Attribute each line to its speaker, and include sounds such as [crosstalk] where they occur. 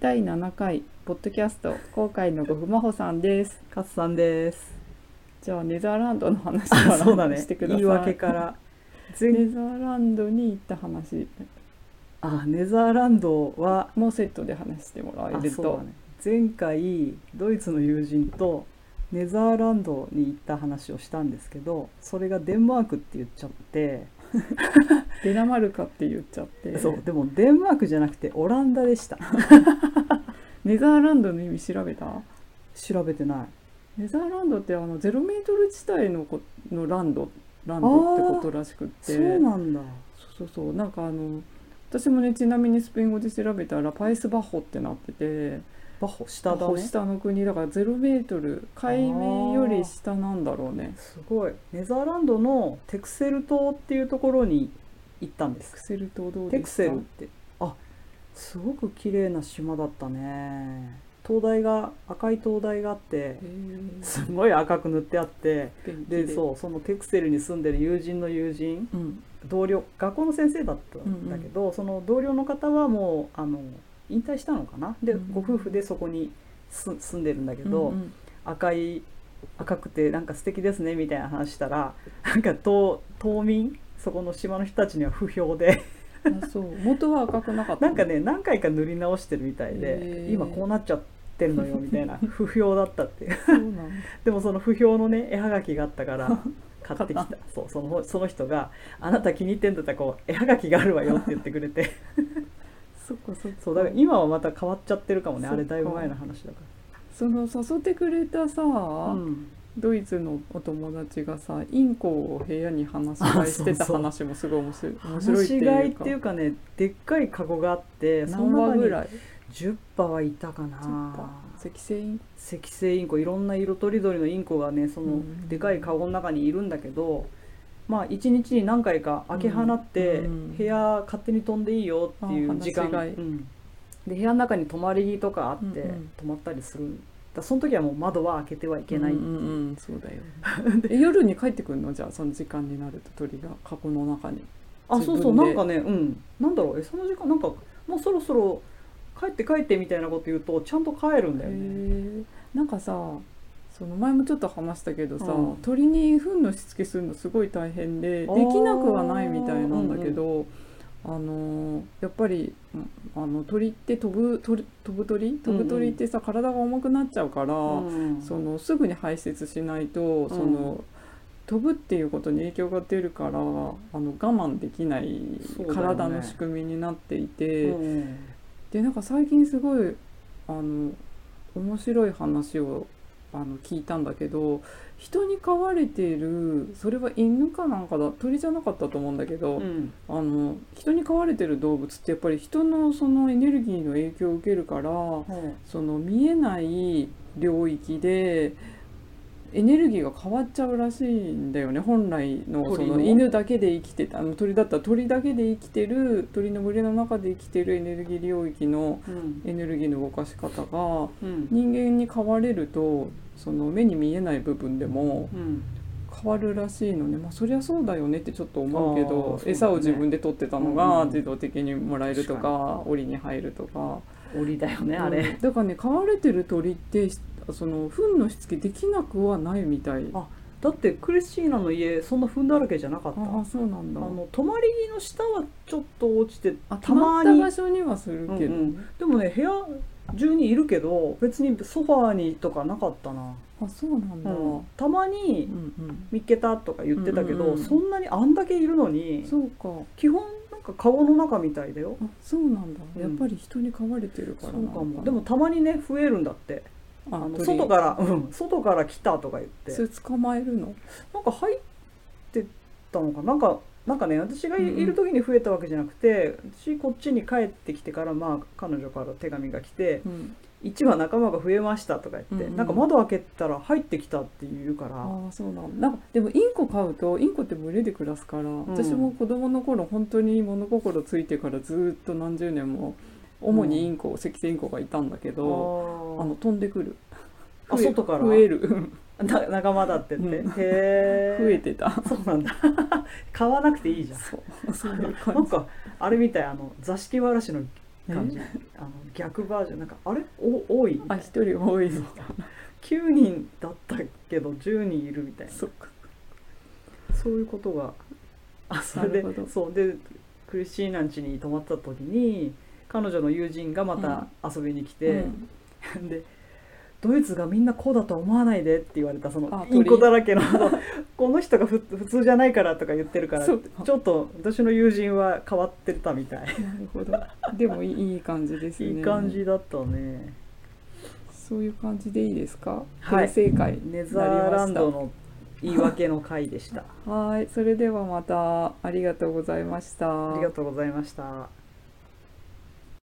Speaker 1: 第7回ポッドキャスト後悔のごふまほさんです
Speaker 2: カツさんです。
Speaker 1: じゃあネザーランドの話か
Speaker 2: あ
Speaker 1: ら
Speaker 2: そうだね。
Speaker 1: してください
Speaker 2: 言い訳から。
Speaker 1: ネ
Speaker 2: 全
Speaker 1: ザーランドに行った話
Speaker 2: あネザーランドは
Speaker 1: もセットで話してもらえ
Speaker 2: あ
Speaker 1: る
Speaker 2: そ
Speaker 1: と
Speaker 2: うだね前回ドイツの友人とネザーランドに行った話をしたんですけど、それがデンマークって言っちゃって、
Speaker 1: デナマルカって言っちゃって
Speaker 2: [laughs] そうでもデンマークじゃなくてオランダでした。
Speaker 1: ネザーランドの意味調べた
Speaker 2: 調べてない。
Speaker 1: ネザーランドってあのゼロメートル地帯のこのランドランドってことらしくって
Speaker 2: そうなんだ。
Speaker 1: そうそうそうなんかあの私もねちなみにスペイン語で調べたらパイスバホってなってて
Speaker 2: バホ下だね。
Speaker 1: 下の国だからゼロメートル海面より下なんだろうね
Speaker 2: すごい。ネザーランドのテクセル島っていうところに行ったんで
Speaker 1: テ
Speaker 2: す
Speaker 1: ク。セル島どう
Speaker 2: テ
Speaker 1: で
Speaker 2: ク
Speaker 1: す
Speaker 2: セルっ
Speaker 1: か
Speaker 2: てあすごく綺麗な島だったね灯台が赤い灯台があってすごい赤く塗ってあってで
Speaker 1: う、
Speaker 2: そうそのテクセルに住んでる友人の友人
Speaker 1: うん、
Speaker 2: 同僚学校の先生だったんだけど、その同僚の方はもうあの引退したのかなで、
Speaker 1: うん
Speaker 2: ご夫婦でそこに住住んでるんだけど、
Speaker 1: うんうん
Speaker 2: 赤い赤くてなんか素敵ですねみたいな話したらなんか島島民そこの島の人たちには不評で
Speaker 1: あそう元は赤くなかった
Speaker 2: なんかね何回か塗り直してるみたいで
Speaker 1: へー
Speaker 2: 今こうなっちゃってるのよみたい
Speaker 1: [laughs]
Speaker 2: な不評だったっていう
Speaker 1: そうなんだ
Speaker 2: でもその不評のね絵はがきがあったから
Speaker 1: [laughs]
Speaker 2: 買ってきた
Speaker 1: 買
Speaker 2: そうそのその人が「あなた気に入ってんだったらこう絵はがきがあるわよ」って言ってく
Speaker 1: [laughs]
Speaker 2: れて
Speaker 1: そっかそっか
Speaker 2: [laughs] そうだから今はまた変わっちゃってるかもね
Speaker 1: そっ
Speaker 2: あ
Speaker 1: か
Speaker 2: れだいぶ前の話だか
Speaker 1: その誘ってくれたさ、
Speaker 2: ら、うん
Speaker 1: ドイツのお友達がさインコを部屋に話し飼いしてた
Speaker 2: あそうそう
Speaker 1: 話もすごい面白い面白
Speaker 2: 話
Speaker 1: いって
Speaker 2: し飼い
Speaker 1: い
Speaker 2: っ
Speaker 1: うか
Speaker 2: ていうかねでっかいカゴがあってそ
Speaker 1: 何
Speaker 2: の
Speaker 1: 羽
Speaker 2: 中
Speaker 1: ぐ
Speaker 2: に
Speaker 1: らい
Speaker 2: 10羽はいたか
Speaker 1: ちょっと
Speaker 2: な
Speaker 1: 赤星イン
Speaker 2: 赤星インコいろんな色とりどりのインコがねその
Speaker 1: うん
Speaker 2: でかいカゴの中にいるんだけど、まあ一日に何回か開け放って
Speaker 1: うん
Speaker 2: 部屋勝手に飛んでいいよってい
Speaker 1: あ
Speaker 2: う時間、
Speaker 1: 放し飼い
Speaker 2: うんで部屋の中に泊まり木とかあって
Speaker 1: うんうん
Speaker 2: 泊まったりするだその時はもう窓は開けてはいけない、
Speaker 1: うんうんうんそう
Speaker 2: [laughs]
Speaker 1: だよえ夜に帰ってくるのじゃあその時間になると鳥が箱の中に
Speaker 2: あそうそう
Speaker 1: 自
Speaker 2: な
Speaker 1: 分
Speaker 2: ん
Speaker 1: で
Speaker 2: かねうんなんだろう餌の時間なんかもうそろそろ帰って帰ってみたいなこと言うとちゃんと帰るんだよね
Speaker 1: へえなんかさその前もちょっと話したけどさ、
Speaker 2: うん
Speaker 1: 鳥に糞のしつけするのすごい大変でで
Speaker 2: あー
Speaker 1: きなくはないみたいなんだけど、あのーやっぱりうんあの鳥って飛ぶ鳥飛ぶ鳥飛ぶ鳥ってさ、体が重くなっちゃうから、
Speaker 2: うん
Speaker 1: そのすぐに排泄しないとその、飛ぶっていうことに影響が出るからあの我慢できない
Speaker 2: そうだよね
Speaker 1: 体の仕組みになっていて、
Speaker 2: うん
Speaker 1: でなんか最近すごいあの面白い話をあの聞いたんだけど人に飼われているそれは犬かなんかだ鳥じゃなかったと思うんだけど、
Speaker 2: うん
Speaker 1: あの人に飼われてる動物ってやっぱり人のそのエネルギーの影響を受けるから
Speaker 2: うん
Speaker 1: その見えない領域でエネルギーが変わっちゃうらしいんだよね本来のそ
Speaker 2: 鳥の
Speaker 1: の犬だけで生きてたあの鳥だったら鳥だけで生きてる鳥の群れの中で生きてるエネルギー領域の
Speaker 2: うん
Speaker 1: エネルギーの動かし方が
Speaker 2: うん
Speaker 1: 人間に飼われるとその目に見えない部分でも
Speaker 2: うん
Speaker 1: 変わるらしいのねまあそりゃそうだよねってちょっと思うけ
Speaker 2: あーそう
Speaker 1: ど
Speaker 2: だね
Speaker 1: 餌を自分で取ってたの
Speaker 2: うんう
Speaker 1: が
Speaker 2: ん
Speaker 1: 自動的にもらえると
Speaker 2: 確
Speaker 1: か檻に入るとか。
Speaker 2: 檻だよねあ
Speaker 1: う
Speaker 2: れ
Speaker 1: んだからね飼われてる鳥ってしその糞のしつけできなくはないみたい
Speaker 2: あだってクリスチーナの家そんな踏んだらけじゃなかった
Speaker 1: ああ
Speaker 2: あ
Speaker 1: そうなんだ
Speaker 2: の泊まり木の下はちょっと落ちて
Speaker 1: あ
Speaker 2: た
Speaker 1: た
Speaker 2: ま
Speaker 1: ま
Speaker 2: に
Speaker 1: った場所にはするけど、
Speaker 2: うんうんでもね部屋中にいるけど別にソファーにとかなかったな、
Speaker 1: あそうなんだ、うん
Speaker 2: うんたまに
Speaker 1: うん
Speaker 2: 見っけたとか言ってたけど、
Speaker 1: うんうんうん
Speaker 2: そんなにあんだけいるのに
Speaker 1: そうか
Speaker 2: 基本なんか顔の中みたいだよ
Speaker 1: あそうなんだ、
Speaker 2: うん
Speaker 1: やっぱり人に飼われてるか
Speaker 2: そう
Speaker 1: ら
Speaker 2: か
Speaker 1: なのな
Speaker 2: もでもたまにね増えるんだって
Speaker 1: あ
Speaker 2: あの
Speaker 1: 鳥
Speaker 2: 外から、うん、外から来たとか言って
Speaker 1: それ捕まえるの
Speaker 2: なんか入ってったのかなんかなんかね私がいいる時に増えたわけじゃなくて、私こっちに帰ってきてからまあ彼女から手紙が来て
Speaker 1: うん
Speaker 2: 「1羽仲間が増えました」とか言って、
Speaker 1: うんうん
Speaker 2: なんか窓開けたら入ってきたっていうか
Speaker 1: あ
Speaker 2: ら
Speaker 1: あそうなんだなんかでもインコ飼うとインコって群れで暮らすから、私も子供の頃本当に物心ついてからずーっと何十年も主にインコ、赤星インコがいたんだけ
Speaker 2: あ
Speaker 1: ど、あの飛んでくる
Speaker 2: あ
Speaker 1: 増え
Speaker 2: 外から
Speaker 1: 増える [laughs]
Speaker 2: な仲間だってって、
Speaker 1: うん
Speaker 2: へ
Speaker 1: [laughs]
Speaker 2: え
Speaker 1: 増えてた
Speaker 2: そうなんだ [laughs] 買わなくていいじゃん
Speaker 1: そうそういう
Speaker 2: な
Speaker 1: 感
Speaker 2: ん
Speaker 1: じ
Speaker 2: かあれみたいあの座敷わらしの感じあの逆バージョンなんかあれお多い
Speaker 1: あ一人多いぞ
Speaker 2: 9人だったけど10人いるみたいな
Speaker 1: そっか
Speaker 2: そういうことがあ [laughs] それで
Speaker 1: なるほど
Speaker 2: そうでクリスチーナん家に泊まった時に彼女の友人がまた遊びに来て、
Speaker 1: うん
Speaker 2: [laughs] でドイツがみんなこうだとは思わないでって言われたそ
Speaker 1: あ
Speaker 2: の
Speaker 1: 鳥
Speaker 2: インコだら
Speaker 1: [laughs]
Speaker 2: けの [laughs] この人がふ普通じゃないからとか言ってるからち
Speaker 1: そ
Speaker 2: ょ
Speaker 1: う
Speaker 2: っと私の友人は変わってたみた
Speaker 1: な
Speaker 2: い
Speaker 1: るほどでもいいいい感じですね
Speaker 2: いい感じだったね
Speaker 1: そういう感じでいいですか
Speaker 2: はい
Speaker 1: 訂正解
Speaker 2: ネザーランドの言い訳の回でした
Speaker 1: [laughs] はいそれではまたありがとうございました
Speaker 2: ありがとうございました